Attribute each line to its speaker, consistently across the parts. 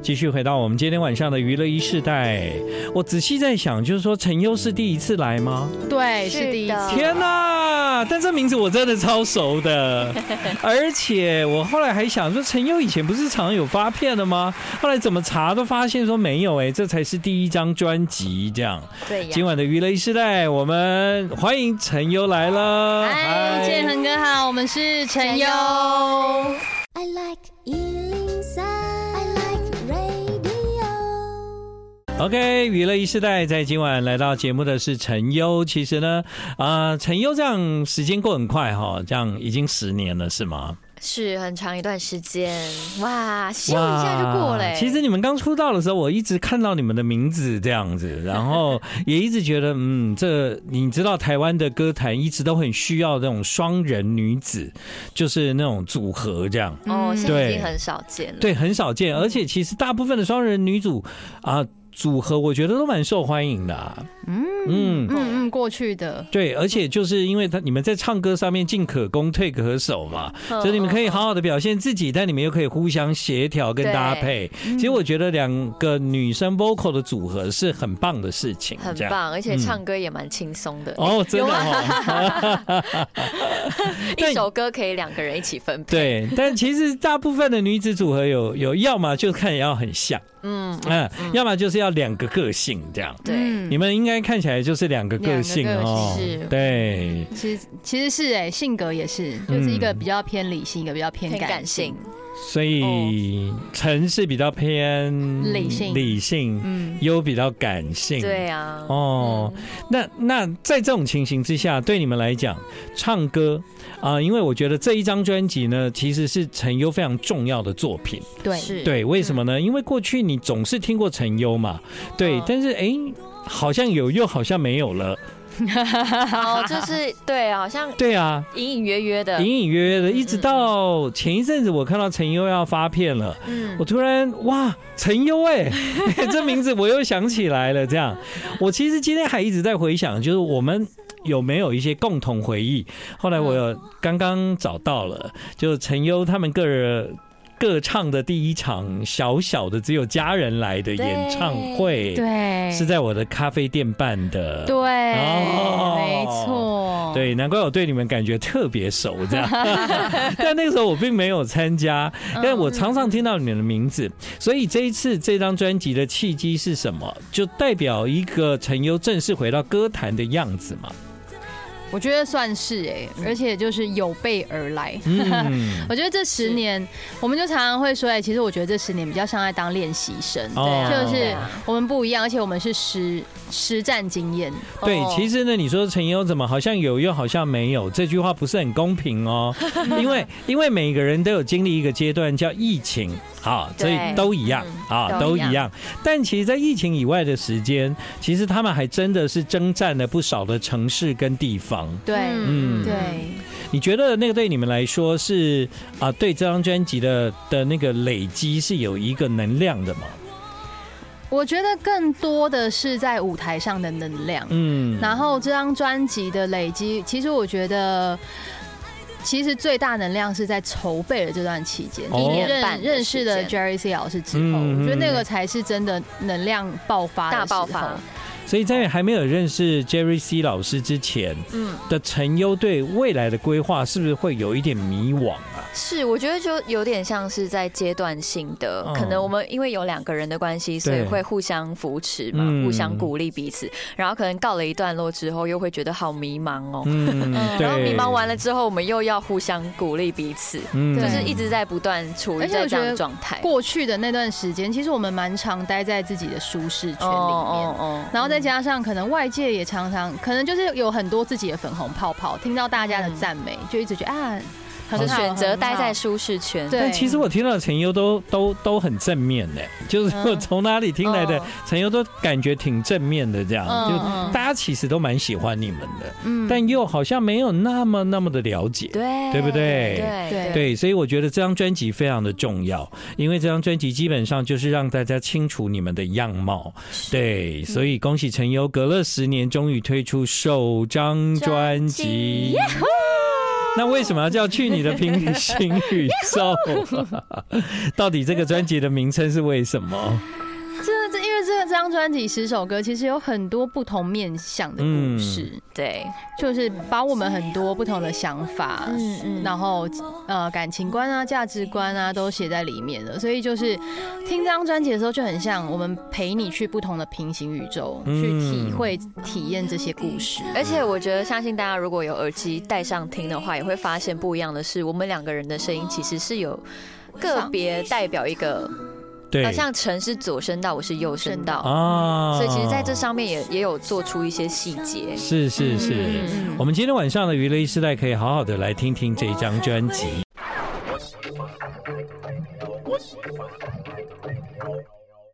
Speaker 1: 继续回到我们今天晚上的娱乐一世代，我仔细在想，就是说陈优是第一次来吗？
Speaker 2: 对，
Speaker 3: 是
Speaker 2: 是第一
Speaker 3: 的
Speaker 2: 次。
Speaker 1: 天呐！但这名字我真的超熟的，而且我后来还想说，陈佑以前不是常有发片的吗？后来怎么查都发现说没有、哎，这才是第一张专辑。这样，
Speaker 3: 对呀
Speaker 1: 今。晚的娱乐一时代，我们欢迎陈优来了。哎
Speaker 2: 嗨，建恒哥好，我们是陈优。
Speaker 4: I like Ealing Sound. I like radio.
Speaker 1: OK，娱乐一世代在今晚来到节目的是陈优。其实呢，啊、陈优这样时间过很快哈、这样已经十年了是吗？
Speaker 3: 是很长一段时间，哇，咻一下就过了欸、
Speaker 1: 哇其实你们刚出道的时候，我一直看到你们的名字这样子，然 后也一直觉得，嗯，这你知道台湾的歌坛一直都很需要那种双人女子，就是那种组合这样。
Speaker 3: 哦，
Speaker 2: 嗯
Speaker 3: 现在已
Speaker 1: 对
Speaker 3: 经很少见了。
Speaker 1: 对，很少见，而且其实大部分的双人女主啊、组合，我觉得都蛮受欢迎的啊、嗯
Speaker 2: 嗯嗯，过去的
Speaker 1: 对，而且就是因为他你们在唱歌上面进可攻退可守嘛，
Speaker 3: 嗯
Speaker 1: 所以你们可以好好的表现自己，但你们又可以互相协调跟搭配。其实我觉得两个女生 vocal 的组合是很棒的事情，
Speaker 3: 很
Speaker 1: 这样。嗯
Speaker 3: 棒，而且唱歌也蛮轻松的。
Speaker 1: 哦，真的哦， 但
Speaker 3: 一首歌可以两个人一起分配。
Speaker 1: 对，但其实大部分的女子组合有有，要么就看要很像，
Speaker 3: 嗯，
Speaker 1: 嗯，要么就是要两个个性这样。
Speaker 3: 对，
Speaker 2: 嗯
Speaker 1: 你们应该看起来就是两个个性
Speaker 2: 两个个性
Speaker 1: 哦
Speaker 3: 是，
Speaker 1: 对，
Speaker 2: 其实其实是哎，性格也是，
Speaker 1: 嗯
Speaker 2: 就是一个比较偏理性，一个比较偏
Speaker 3: 很
Speaker 2: 感
Speaker 3: 感
Speaker 2: 性
Speaker 3: 性。，
Speaker 1: 所以陈是比较偏
Speaker 2: 理性
Speaker 1: 理性，
Speaker 2: 嗯，
Speaker 1: 优比较感性，
Speaker 3: 对啊，
Speaker 1: 哦，那那在这种情形之下，对你们来讲，唱歌啊、因为我觉得这一张专辑呢，其实是陈优非常重要的作品。
Speaker 2: 对，
Speaker 3: 是，
Speaker 1: 对，为什么呢？因为过去你总是听过陈优嘛，对，
Speaker 3: 嗯
Speaker 1: 但是哎、好像有又好像没有了。
Speaker 3: 哦，就是对，好像
Speaker 1: 对啊，
Speaker 3: 隐隐约约的，
Speaker 1: 隐隐约约的，
Speaker 3: 嗯
Speaker 1: 一直到前一阵子我看到陈优要发片了，
Speaker 3: 嗯
Speaker 1: 我突然哇，陈优哎， 这名字我又想起来了。这样，我其实今天还一直在回想，就是我们有没有一些共同回忆。后来我有刚刚找到了，就陈优他们个人。各唱的第一场小小的只有家人来的演唱会，
Speaker 2: 对，
Speaker 1: 是在我的咖啡店办的。
Speaker 2: 对，
Speaker 1: 哦
Speaker 2: 没错，，
Speaker 1: 对，难怪我对你们感觉特别熟这 样。但那个时候我并没有参加，
Speaker 2: 嗯
Speaker 1: 但我常常听到你们的名字，所以这一次这张专辑的契机是什么？就代表一个陈优正式回到歌坛的样子嘛。
Speaker 2: 我觉得算是哎，
Speaker 3: 嗯
Speaker 2: 而且就是有备而来。
Speaker 1: 嗯，
Speaker 2: 我觉得这十年，我们就常常会说，哎，其实我觉得这十年比较像在当练习生，
Speaker 3: 对啊，
Speaker 1: 哦
Speaker 2: 就是
Speaker 3: 对啊
Speaker 2: 我们不一样，而且我们是实实战经验。
Speaker 1: 对，
Speaker 3: 哦
Speaker 1: 其实呢，你说陈优怎么好像有又好像没有，这句话不是很公平 哦，因为因为每个人都有经历一个阶段叫疫情啊，所以
Speaker 3: 对
Speaker 1: 都一样
Speaker 3: 嗯
Speaker 1: 啊，
Speaker 3: 都
Speaker 1: 都
Speaker 3: 一样
Speaker 1: 一样。但其实，在疫情以外的时间，其实他们还真的是征战了不少的城市跟地方。
Speaker 2: 对，
Speaker 1: 嗯
Speaker 2: 对，
Speaker 1: 你觉得那个对你们来说是啊，对这张专辑的的那个累积是有一个能量的吗？
Speaker 2: 我觉得更多的是在舞台上的能量。
Speaker 1: 嗯，
Speaker 2: 然后这张专辑的累积，其实我觉得，其实最大能量是在筹备的这段期间，
Speaker 1: 哦
Speaker 2: 就是
Speaker 1: 一
Speaker 3: 年半
Speaker 2: 认
Speaker 3: 的
Speaker 2: 认识了
Speaker 3: 时
Speaker 2: Jerry C 老师之后，
Speaker 1: 嗯
Speaker 2: 我觉得那
Speaker 1: 嗯
Speaker 2: 个才是真的能量爆发的
Speaker 3: 大爆
Speaker 2: 时候
Speaker 3: 发，
Speaker 1: 所以在还没有认识 Jerry C 老师之前，
Speaker 3: 嗯，
Speaker 1: 的陈优对未来的规划是不是会有一点迷惘啊？
Speaker 3: 是，我觉得就有点像是在阶段性的，
Speaker 1: 嗯
Speaker 3: 可能我们因为有两个人的关系，所以
Speaker 1: 对
Speaker 3: 会互相扶持嘛，
Speaker 1: 嗯
Speaker 3: 互相鼓励彼此，然后可能到了一段落之后，又会觉得好迷茫哦。
Speaker 1: 嗯，对。
Speaker 3: 然后迷茫完了，之后，我们又要互相鼓励彼此，
Speaker 1: 嗯
Speaker 2: 对
Speaker 3: 就是一直在不断处于
Speaker 2: 而且我
Speaker 3: 在这
Speaker 2: 觉
Speaker 3: 样
Speaker 2: 得
Speaker 3: 的状态。
Speaker 2: 过去的那段时间，其实我们蛮常待在自己的舒适圈里面。
Speaker 3: 哦
Speaker 2: 然后再加上可能外界也常常，可能就是有很多自己的粉红泡泡，听到大家的赞美，就一直觉得啊，很
Speaker 3: 就
Speaker 2: 好
Speaker 3: 嗯选择待在
Speaker 2: 很好
Speaker 3: 舒适圈。
Speaker 2: 对
Speaker 1: 但其实我听到的陈优都都都很正面的，就是
Speaker 2: 嗯
Speaker 1: 我从哪里听来的
Speaker 3: 哦
Speaker 1: 陈优都感觉挺正面的，这样
Speaker 2: 嗯
Speaker 1: 就
Speaker 2: 嗯
Speaker 1: 大家其实都蛮喜欢你们的，
Speaker 2: 嗯
Speaker 1: 但又好像没有那么那么的了解。
Speaker 3: 对，
Speaker 1: 对不对
Speaker 3: 对
Speaker 2: 对
Speaker 1: 对，所以我觉得这张专辑非常的重要，因为这张专辑基本上就是让大家清楚你们的样貌。对，所以恭喜陈优，隔了十年终于推出首张专
Speaker 3: 专
Speaker 1: 辑
Speaker 3: 辑。
Speaker 1: 耶那为什么要叫去你的平行宇宙？ 到底这个专辑的名称是为什么？
Speaker 2: 这这因为这个这张专辑十首歌，其实有很多不同面向的故事，
Speaker 3: 对，
Speaker 2: 就是把我们很多不同的想法，
Speaker 3: 嗯嗯
Speaker 2: 然后呃感情观啊、价值观啊都写在里面了。所以就是听这张专辑的时候，就很像我们陪你去不同的平行宇宙，
Speaker 1: 嗯
Speaker 2: 去体会、体验这些故事。
Speaker 3: 而且我觉得，相信大家如果有耳机戴上听的话，也会发现不一样的是，我们两个人的声音其实是有个
Speaker 2: 嗯
Speaker 3: 别代表一个，
Speaker 1: 对
Speaker 3: 呃，像陈是左声道，我是右声道，
Speaker 1: 啊
Speaker 3: 所以其实在这上面也也有做出一些细节。
Speaker 1: 是是是。
Speaker 3: 嗯
Speaker 1: 我们今天晚上的娱乐一时代可以好好的来听听这一张专辑。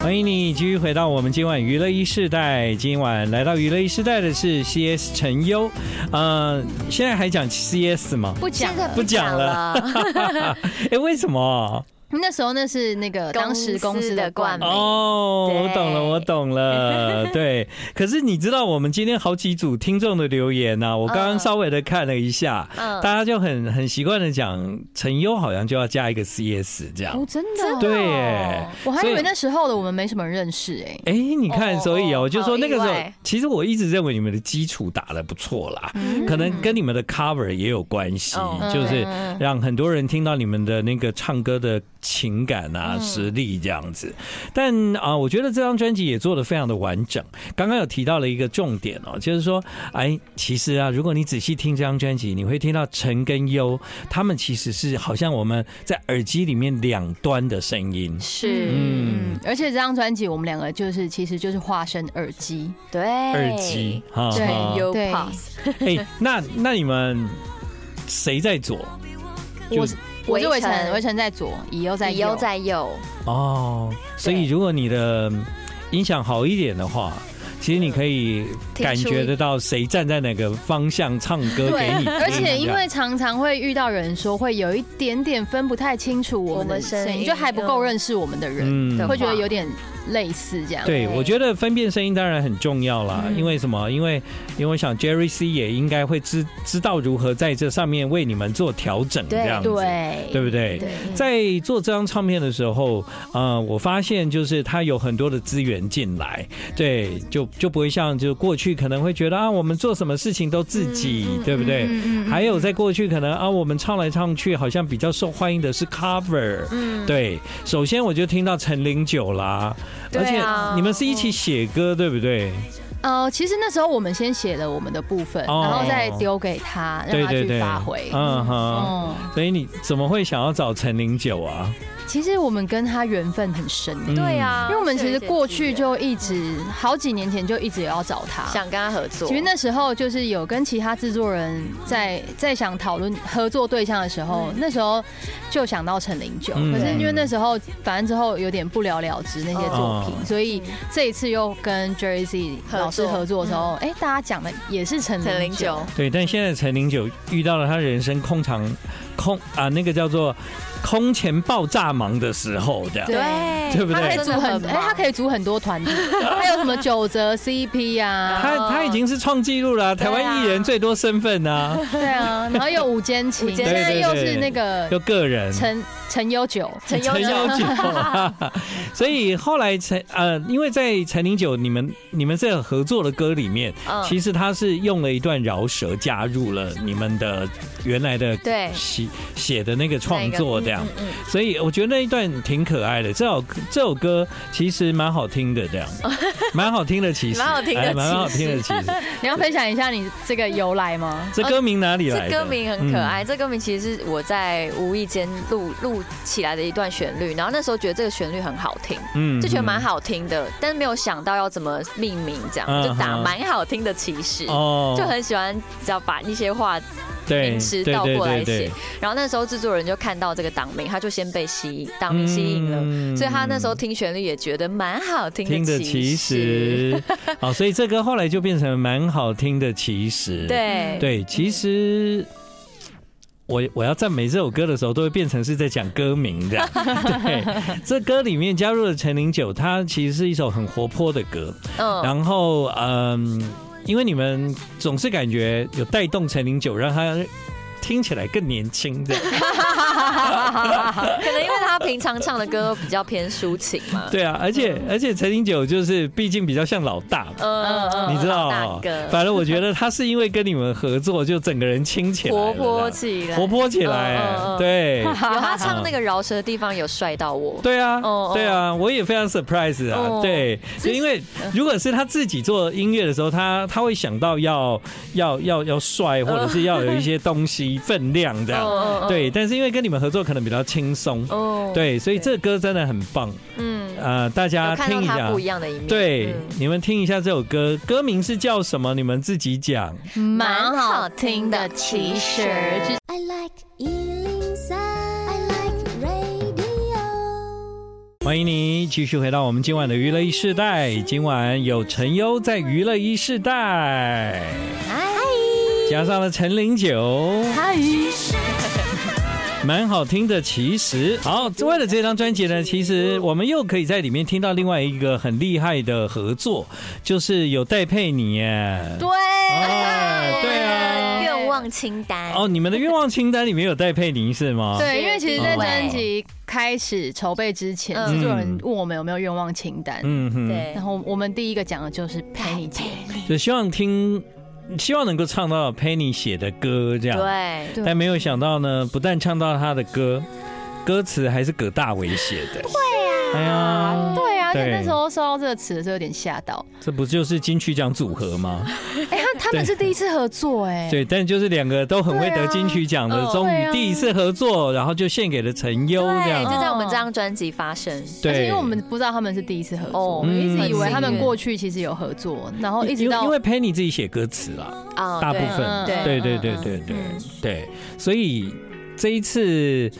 Speaker 1: 欢迎你继续回到我们今晚娱乐一世代。今晚来到娱乐一世代的是 CS 陈优，呃，现在还讲 CS 吗？
Speaker 2: 不讲
Speaker 3: 现在
Speaker 2: 了，
Speaker 1: 不讲了
Speaker 3: 了，
Speaker 1: 哎、为什么？
Speaker 2: 那时候那是那个当时公司的冠名
Speaker 3: 公司的冠名
Speaker 1: 哦，
Speaker 3: 对
Speaker 1: 我懂了，我懂了。对，可是你知道我们今天好几组听众的留言呢、我刚刚
Speaker 3: 嗯
Speaker 1: 稍微的看了一下，
Speaker 3: 嗯
Speaker 1: 大家就很很习惯的讲陈优好像就要加一个 CS 这样
Speaker 2: 哦，。真的哦，
Speaker 1: 对耶，
Speaker 2: 我还
Speaker 1: 所以
Speaker 2: 以为那时候的我们没什么认识哎、
Speaker 1: 哎、你看，
Speaker 3: 哦
Speaker 1: 所以啊，
Speaker 3: 哦
Speaker 1: 我就
Speaker 3: 好
Speaker 1: 说那个时
Speaker 3: 意
Speaker 1: 候
Speaker 3: 外，
Speaker 1: 其实我一直认为你们的基础打得不错啦，可能跟你们的 cover 也有关系
Speaker 3: 嗯哦，
Speaker 1: 就是
Speaker 3: 嗯
Speaker 1: 让很多人听到你们的那个唱歌的情感啊、
Speaker 3: 嗯
Speaker 1: 实力这样子。但啊、我觉得这张专辑也做得非常的完整。刚刚有提到了一个重点哦，就是说，哎，其实啊，如果你仔细听这张专辑，你会听到陈跟优他们其实是好像我们在耳机里面两端的声音。
Speaker 3: 是，
Speaker 1: 嗯
Speaker 2: 嗯，而且这张专辑我们两个就是其实就是化身耳机，
Speaker 3: 对，
Speaker 1: 耳机，哈
Speaker 3: 陈
Speaker 1: 哈
Speaker 3: 优
Speaker 2: 对
Speaker 3: pass，
Speaker 1: 哎、那那你们谁在左？
Speaker 2: 我
Speaker 1: 就是
Speaker 2: 我是
Speaker 3: 围
Speaker 2: 围城，
Speaker 3: 城
Speaker 2: 围城在左，乙优在
Speaker 3: 在
Speaker 2: 右
Speaker 3: 右，在右，
Speaker 1: 哦，所以
Speaker 3: 对
Speaker 1: 如果你的音响好一点的话，其实你可以感觉得到谁站在哪个方向唱歌给你听。
Speaker 2: 而且因
Speaker 1: 这样
Speaker 2: 为常常会遇到人说会有一点点分不太清楚我们
Speaker 3: 我
Speaker 2: 的
Speaker 3: 们声音
Speaker 2: 声音，就还不够认识我们的人，
Speaker 1: 嗯
Speaker 2: 会觉得有点类似这样。
Speaker 1: 对，
Speaker 3: 对
Speaker 1: 我觉得分辨声音当然很重要啦，
Speaker 3: 嗯
Speaker 1: 因为什么？因为因为我想 Jerry C 也应该会知知道如何在这上面为你们做调整，这
Speaker 3: 对
Speaker 1: 样子，
Speaker 2: 对
Speaker 1: 对不对？在做这张唱片的时候，呃，我发现就是它有很多的资源进来，对，就就不会像就过去可能会觉得啊，我们做什么事情都自己，对不对？还有在过去可能啊，我们唱来唱去好像比较受欢迎的是 cover，
Speaker 3: 嗯，
Speaker 1: 对。首先我就听到陈零九啦，
Speaker 3: 对
Speaker 1: 而且
Speaker 3: 啊
Speaker 1: 你们是一起写歌，对不对？
Speaker 2: 呃，其实那时候我们先写了我们的部分，
Speaker 1: 哦
Speaker 2: 然后再丢给他，让
Speaker 1: 对
Speaker 2: 他
Speaker 1: 对
Speaker 2: 去
Speaker 1: 对
Speaker 2: 发挥，。
Speaker 1: 嗯哼。
Speaker 2: 哦，
Speaker 1: 所以你怎么会想要找陈零九啊？
Speaker 2: 其实我们跟他缘分很深，欸
Speaker 1: 嗯
Speaker 3: 对啊，
Speaker 2: 因为我们其实过去
Speaker 3: 是有一
Speaker 2: 就
Speaker 3: 些
Speaker 2: 一直好几年前就一直有要找他
Speaker 3: 资源。想跟他合作，
Speaker 2: 其实那时候就是有跟其他制作人在在想讨论合作对象的时候，
Speaker 3: 嗯
Speaker 2: 那时候就想到陈零九，
Speaker 1: 嗯
Speaker 2: 可是因为那时候反正之后有点不了了之那些作品，
Speaker 1: 哦
Speaker 2: 所以这一次又跟 Jerry Z 老师合作的时候，哎、大家讲的也是
Speaker 1: 嗯
Speaker 2: 陈
Speaker 3: 嗯陈
Speaker 2: 零
Speaker 3: 零
Speaker 2: 九
Speaker 3: 九，，
Speaker 1: 对，但现在陈零九遇到了他人生空长空啊，那个叫做空前爆炸忙的时候，这样
Speaker 2: 对
Speaker 1: 对不
Speaker 2: 他
Speaker 1: 对
Speaker 2: 可以组很哎、他可以组很多团体，还有什么九折 CP 啊，
Speaker 1: 他他已经是创纪录了啊，台
Speaker 3: 对啊
Speaker 1: 湾艺人最多身份啊，
Speaker 2: 对啊，然后又五间情，
Speaker 3: 五
Speaker 2: 现
Speaker 3: 间
Speaker 1: 情
Speaker 2: 在又
Speaker 1: 对对对
Speaker 2: 是那个
Speaker 1: 就个人
Speaker 2: 陈陈悠久，
Speaker 3: 陈优
Speaker 1: 悠久， 所以后来陈呃，因为在陈零九你们你们这个合作的歌里面，
Speaker 3: 嗯
Speaker 1: 其实他是用了一段饶舌加入了你们的原来的
Speaker 3: 对
Speaker 1: 写写的那个创作这样。，
Speaker 3: 嗯嗯
Speaker 1: 所以我觉得那一段挺可爱的，这首这首歌其实蛮好听的，这 样蛮好听的，其实
Speaker 3: 蛮好听的
Speaker 1: 哎蛮好
Speaker 3: 其实
Speaker 1: 听的，其实
Speaker 2: 你要分享一下你这个由来吗？
Speaker 1: 这歌名哪里来的？
Speaker 3: 这
Speaker 1: 嗯
Speaker 3: 歌名很可爱，这歌名其实是我在无意间录录起来的一段旋律，然后那时候觉得这个旋律很好听，
Speaker 1: 嗯，嗯
Speaker 3: 就觉得蛮好听的，但是没有想到要怎么命名，这
Speaker 1: 嗯
Speaker 3: 样就打
Speaker 1: 嗯
Speaker 3: 蛮好听的骑士。
Speaker 1: 哦
Speaker 3: 就很喜欢，只要把一些话，
Speaker 1: 对
Speaker 3: 名词
Speaker 1: 对
Speaker 3: 倒
Speaker 1: 对
Speaker 3: 过来
Speaker 1: 对对
Speaker 3: 写然后那时候制作人就看到这个党名，他就先被吸党名吸引了，
Speaker 1: 嗯
Speaker 3: 所以他那时候听旋律也觉得蛮好听
Speaker 1: 听的
Speaker 3: 的
Speaker 1: 其
Speaker 3: 骑士，
Speaker 1: 实，哦，所以这歌后来就变成蛮好听的其实，
Speaker 3: 对嗯
Speaker 1: 对，其实。我我要赞美这首歌的时候，都会变成是在讲歌名 这样。对，这歌里面加入了陈零九，它其实是一首很活泼的歌，
Speaker 3: 嗯，
Speaker 1: 然后嗯，因为你们总是感觉有带动陈零九，让他听起来更年轻 的。
Speaker 3: 可能因为他平常唱的歌比较偏抒情嘛。
Speaker 1: 对啊，而且而且陈零九就是毕竟比较像老大嘛，
Speaker 3: 嗯，嗯
Speaker 1: 你知道
Speaker 3: 大
Speaker 1: 哦
Speaker 3: 哥，
Speaker 1: 反正我觉得他是因为跟你们合作，就整个人轻起来了
Speaker 3: 活
Speaker 1: 啦，
Speaker 3: 泼起来，
Speaker 1: 活泼起
Speaker 3: 嗯嗯
Speaker 1: 来，
Speaker 3: 嗯
Speaker 1: 对。
Speaker 3: 有他唱那个饶舌的地方有帅到我。
Speaker 1: 对啊
Speaker 3: 哦哦，
Speaker 1: 对啊，我也非常 surprise 啊
Speaker 3: 哦，嗯
Speaker 1: 对，就因为如果是他自己做音乐的时候，他他会想到要要要要
Speaker 3: 哦
Speaker 1: 帅，或者是要有一些东西分量这
Speaker 3: 嗯
Speaker 1: 样，
Speaker 3: 嗯嗯
Speaker 1: 啊对。但是因为跟你们合作，可能比较轻松，
Speaker 3: 哦，
Speaker 1: 对，所以这歌真的很棒，
Speaker 3: 嗯，
Speaker 1: 呃，大
Speaker 3: 有
Speaker 1: 家
Speaker 3: 看到
Speaker 1: 听一
Speaker 3: 他
Speaker 1: 下
Speaker 3: 不。一样的一面。
Speaker 1: 对
Speaker 3: 嗯，
Speaker 1: 你们听一下这首歌，歌名是叫什么？你们自己讲。
Speaker 3: 嗯
Speaker 2: 蛮好听的，其实。
Speaker 1: 啊
Speaker 4: I like Ealing Sound. I like radio.
Speaker 1: 欢迎您继续回到我们今晚的娱乐一世代，今晚有陈优在娱乐一世代，加上了陈零九，
Speaker 2: 嗨，
Speaker 1: 蛮好听的。其实，好，为了这张专辑呢，其实我们又可以在里面听到另外一个很厉害的合作，就是有戴佩妮耶。
Speaker 3: 对，
Speaker 1: 哎对啊
Speaker 3: 愿望清单。
Speaker 1: 哦，你们的愿望清单里面有戴佩妮是吗？
Speaker 2: 对，因为其实，在
Speaker 1: 嗯
Speaker 2: 专辑开始筹备之前，
Speaker 3: 嗯
Speaker 2: 制作人问我们有没有愿望清单，
Speaker 1: 嗯哼，
Speaker 3: 对
Speaker 2: 然，后我们第一个讲的就是陪你姐，
Speaker 1: 就希望听，希望能够唱到佩妮写的歌这样。
Speaker 3: 对，
Speaker 2: 对
Speaker 1: 但没有想到呢，不但唱到他的歌，歌词还是葛大为写的。对呀，哎呀，
Speaker 2: 对啊，而且
Speaker 1: 对
Speaker 2: 那时候收到这个词的时候有点吓到，
Speaker 1: 这不就是金曲奖组合吗？
Speaker 2: 哎，他他们是第一次合作，哎，
Speaker 1: 对，但就是两个都很会得金曲奖的
Speaker 3: 对，啊
Speaker 1: 终
Speaker 2: 对
Speaker 1: 于
Speaker 2: 啊
Speaker 1: 第一次合作，然后就献给了陈优这
Speaker 3: 对，
Speaker 1: 样。
Speaker 3: 就在我们这张专辑发生。
Speaker 2: 而
Speaker 1: 对，
Speaker 2: 且因为我们不知道他们是第一次合
Speaker 3: 哦
Speaker 2: 作，我们一直以为他
Speaker 3: 很幸
Speaker 2: 们
Speaker 3: 运
Speaker 2: 过去其实有合作，然后一直
Speaker 1: 因为
Speaker 2: 到
Speaker 1: 因为 Penny 自己写歌词啦，
Speaker 3: 啊
Speaker 1: 大部
Speaker 3: 对
Speaker 1: 分，
Speaker 2: 嗯
Speaker 1: 对
Speaker 3: 嗯
Speaker 1: 对
Speaker 3: 嗯
Speaker 1: 对
Speaker 3: 嗯
Speaker 1: 对对
Speaker 3: 嗯
Speaker 1: 对，所以这一次，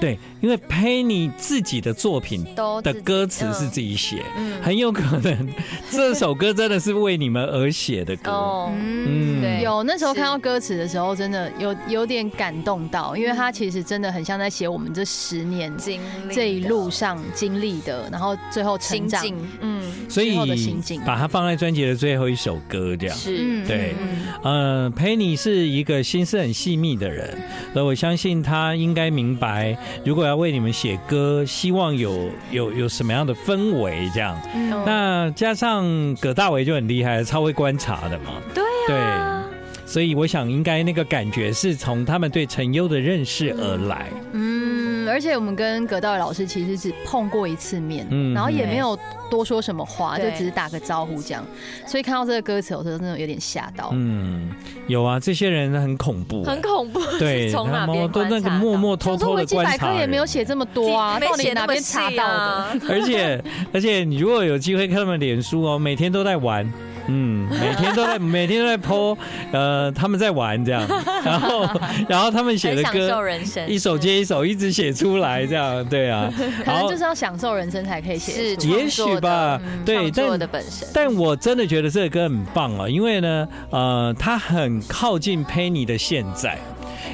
Speaker 1: 对，因为 Penny 自己的作品
Speaker 3: 都
Speaker 1: 的
Speaker 3: 自己
Speaker 1: 歌词是自己写，
Speaker 3: 嗯
Speaker 1: 很有可能这首歌真的是为你们而写的歌。
Speaker 3: 哦，
Speaker 1: 嗯
Speaker 2: 嗯，
Speaker 1: 对
Speaker 2: 有那时候
Speaker 3: 是
Speaker 2: 看到歌词的时候，真的有有点感动到，因为他其实真的很像在写我们这十年
Speaker 3: 经历
Speaker 2: 这一路上经历的，然后最后成
Speaker 3: 心
Speaker 2: 长。
Speaker 3: 境，嗯，
Speaker 1: 所以
Speaker 2: 最后的心境
Speaker 1: 把它放在专辑的最后一首歌，这样。
Speaker 3: 是，
Speaker 1: 对
Speaker 2: 嗯
Speaker 1: 嗯，佩妮是一个心思很细密的人，那我相信他应该明白，如果要为你们写歌，希望有有有什么样的氛围这样。
Speaker 2: 嗯
Speaker 1: 那加上葛大为就很厉害，超会观察的嘛。
Speaker 3: 对啊
Speaker 1: 对，所以我想应该那个感觉是从他们对陈优的认识而来。
Speaker 2: 嗯，而且我们跟葛道伟老师其实只碰过一次面，
Speaker 1: 嗯
Speaker 2: 然后也没有多说什么话，就
Speaker 3: 对
Speaker 2: 只是打个招呼这样。所以看到这个歌词，我真的有点吓到。
Speaker 1: 嗯，有啊，这些人很恐怖，欸
Speaker 3: 很恐怖，
Speaker 1: 对，
Speaker 3: 是从哪
Speaker 1: 他
Speaker 3: 边
Speaker 1: 们都那
Speaker 3: 观察
Speaker 1: 个
Speaker 3: 到
Speaker 1: 默默偷
Speaker 2: 想说
Speaker 1: 偷的
Speaker 2: 维基
Speaker 1: 观
Speaker 2: 百
Speaker 1: 察
Speaker 2: 科
Speaker 1: 人，
Speaker 2: 也没有写这么多啊，
Speaker 3: 没
Speaker 2: 到
Speaker 3: 写
Speaker 2: 底
Speaker 3: 那
Speaker 2: 哪
Speaker 3: 么
Speaker 2: 边查
Speaker 3: 细
Speaker 2: 到的？
Speaker 3: 啊？
Speaker 1: 而且而且，你如果有机会看他们脸书哦，每天都在玩，嗯，每天都在 每天都在 PO，呃，他们在玩这样，然 后然后他们 写
Speaker 3: 很
Speaker 1: 的
Speaker 3: 享受
Speaker 1: 歌
Speaker 3: 人生，
Speaker 1: 一首接一首，一直写出来这样，对啊，
Speaker 2: 可能
Speaker 1: 好
Speaker 2: 就，是要享受人生才可以写得
Speaker 3: 是
Speaker 2: 出。
Speaker 1: 也许吧，对，
Speaker 3: 创作
Speaker 1: 但
Speaker 3: 的本身，
Speaker 1: 但我真的觉得这个歌很棒哦，因为呢，呃，它很靠近 Penny 的现在，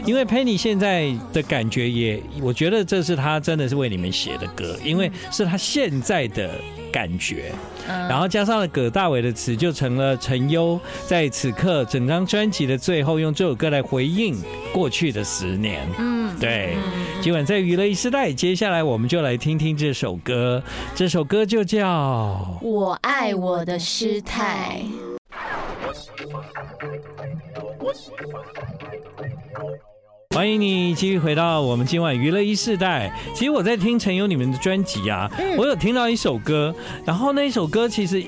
Speaker 1: 因为 Penny 现在的感觉也，我觉得这是他真的是为你们写的歌，因为是他现在的感觉，
Speaker 2: 嗯
Speaker 1: 然后加上了葛大为的词，就成了陈优在此刻整张专辑的最后，用这首歌来回应过去的十年。
Speaker 2: 嗯，
Speaker 1: 对，今晚在娱乐一时代，接下来我们就来听听这首歌，这首歌就叫。
Speaker 2: 我爱我的师太。
Speaker 1: 欢迎你继续回到我们今晚娱乐一世代。其实我在听陈友你们的专辑啊，
Speaker 3: 嗯
Speaker 1: 我有听到一首歌，然后那一首歌其实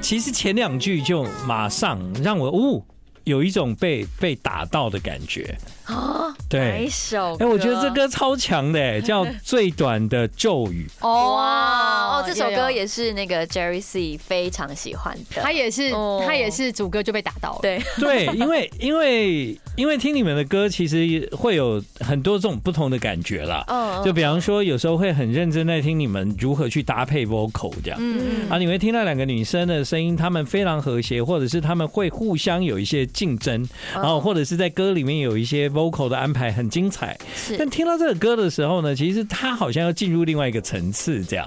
Speaker 1: 其实前两句就马上让我呜、有一种被被打到的感觉啊。
Speaker 3: 哦哪一
Speaker 1: 对，
Speaker 3: 首？
Speaker 1: 哎，我觉得这。歌超强的， 哎叫《最短的咒语
Speaker 2: 哦
Speaker 3: 哇哦，这首
Speaker 2: 有
Speaker 3: 歌也是那个 Jerry C 非常喜欢的。
Speaker 2: 他也是
Speaker 3: 哦
Speaker 2: 他也是主歌就被打到了。
Speaker 3: 对，》。
Speaker 1: 对，因为因为因为听你们的歌，其实会有很多这种不同的感觉啦。
Speaker 3: 嗯
Speaker 1: 就比方说，有时候会很认真在听你们如何去搭配 vocal 这样。
Speaker 2: 嗯，
Speaker 1: 啊，你会听到两个女生的声音，她们非常和谐，或者是她们会互相有一些竞争，然后或者是在歌里面有一些 vocal 的安排很精彩。
Speaker 3: 是
Speaker 1: 但听到这个歌的时候呢，其实它好像要进入另外一个层次这样。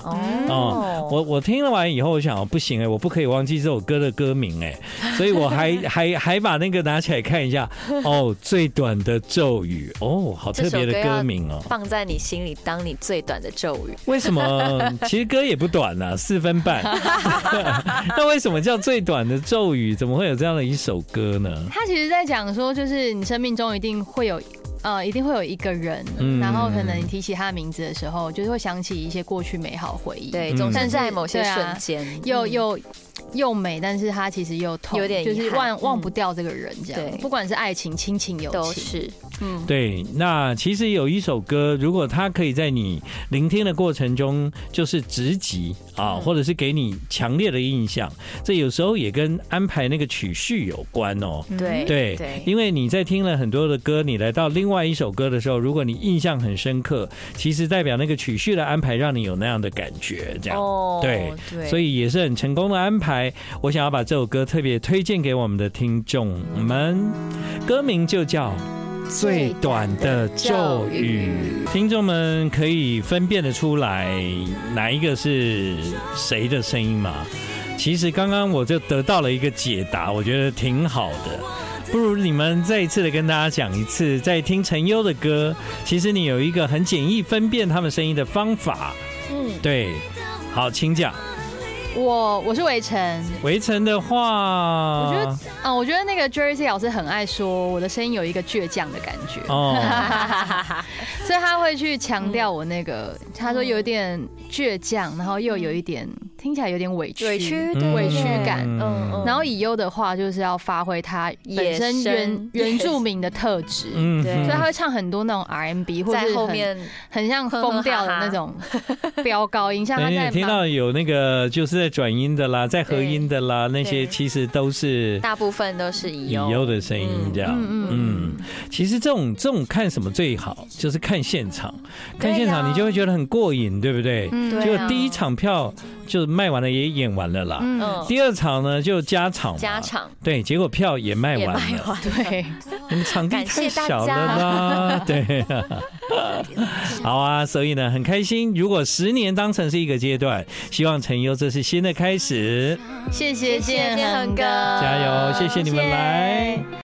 Speaker 1: 哦，我我听了完以后，我想哦不行哎、我不可以忘记这首歌的歌名哎、所以我 还还还把那个拿起来看一下。哦，最短的咒语哦，好特别的歌名哦。
Speaker 3: 放在你心里当你最短的咒语。
Speaker 1: 为什么？其实歌也不短呐、四分半。那为什么叫最短的咒语？怎么会有这样的一首歌呢？
Speaker 2: 他其实在讲说，就是你生命中一定会有。呃，一定会有一个人，
Speaker 1: 嗯
Speaker 2: 然后可能你提起他的名字的时候，就是会想起一些过去美好回忆。，
Speaker 3: 对，
Speaker 1: 嗯
Speaker 3: 总
Speaker 1: 但
Speaker 3: 是
Speaker 2: 是
Speaker 3: 在某些
Speaker 2: 对啊
Speaker 3: 瞬间，
Speaker 2: 又
Speaker 3: 嗯
Speaker 2: 又又美，但是它其实又痛，
Speaker 3: 有点遗
Speaker 2: 就是
Speaker 3: 憾
Speaker 2: 忘忘
Speaker 3: 嗯
Speaker 2: 不掉这个人这样
Speaker 3: 对。
Speaker 2: 不管是爱情、亲情、友
Speaker 3: 都
Speaker 2: 情，
Speaker 3: 是，嗯，
Speaker 1: 对，那其实有一首歌，如果它可以在你聆听的过程中，就是直击啊，或者是给你强烈的印象，这有时候也跟安排那个曲序有关哦。
Speaker 3: 对
Speaker 1: 对
Speaker 3: 对，
Speaker 1: 因为你在听了很多的歌，你来到另外一首歌的时候，如果你印象很深刻，其实代表那个曲序的安排让你有那样的感觉，这样。
Speaker 3: 哦
Speaker 1: 对
Speaker 3: 对，
Speaker 1: 所
Speaker 3: 以
Speaker 1: 以也 是很成功的安排。我想要把这首歌特别推荐给我们的听众们，歌名就叫《最短的咒语》。听众们可以分辨得出来哪一个是谁的声音吗？其实刚刚我就得到了一个解答，我觉得挺好的。不如你们再一次的跟大家讲一次，在听陈优的歌，其实你有一个很简易分辨他们声音的方法。
Speaker 2: 嗯，
Speaker 1: 对，好，请讲。
Speaker 2: 我我是围城，
Speaker 1: 围城的话，
Speaker 2: 我觉得啊，我觉得那个 Jersey 老师很爱说我的声音有一个倔强的感觉，
Speaker 1: 哦，
Speaker 2: 所以他会去强调我那个，他说有点倔强，然后又有一点听起来有点嗯委屈，
Speaker 3: 委屈，
Speaker 1: 嗯
Speaker 3: 对
Speaker 2: 委屈感
Speaker 3: 嗯嗯
Speaker 2: 然后以优的话就是要发挥他本身
Speaker 3: 野生
Speaker 2: 原原住民的特质，
Speaker 1: 嗯
Speaker 3: 对
Speaker 1: 哼
Speaker 2: 所以他会唱很多那种 RMB 或者
Speaker 3: 在后面
Speaker 2: 很像疯掉的那种飙高音，像他
Speaker 1: 等
Speaker 2: 在
Speaker 1: 哎你听
Speaker 2: 忙
Speaker 1: 到有那个就是在转音的啦，在合音的啦，那些
Speaker 3: 对
Speaker 1: 其实都是
Speaker 3: 大部分都是
Speaker 1: 以
Speaker 3: 以
Speaker 1: 优的声音这样。
Speaker 2: 嗯
Speaker 1: 嗯，其实这种这种看什么最好，就是看现场，看
Speaker 3: 对
Speaker 1: 现场
Speaker 3: 呀
Speaker 1: 你就会觉得很过瘾，对不对？
Speaker 2: 嗯
Speaker 3: 对
Speaker 1: 结
Speaker 3: 啊
Speaker 1: 果第一场票就卖完了，也演完了啦。
Speaker 2: 嗯
Speaker 3: 嗯
Speaker 1: 第二场呢就加场嘛，
Speaker 3: 加场
Speaker 1: 对，结果票也卖
Speaker 3: 也
Speaker 1: 完
Speaker 3: 卖
Speaker 1: 了，
Speaker 3: 完，
Speaker 2: 对，
Speaker 1: 你们场地
Speaker 3: 感
Speaker 1: 太
Speaker 3: 谢大
Speaker 1: 小了 啦，对、啊，好啊，所以呢很开心。如果十年当成是一个阶段，希望陈优这是新的开始，
Speaker 2: 谢谢
Speaker 3: 谢谢
Speaker 2: 建
Speaker 3: 建
Speaker 2: 恒
Speaker 3: 恒
Speaker 2: 哥，
Speaker 3: 哥
Speaker 1: 加油！谢谢你们来。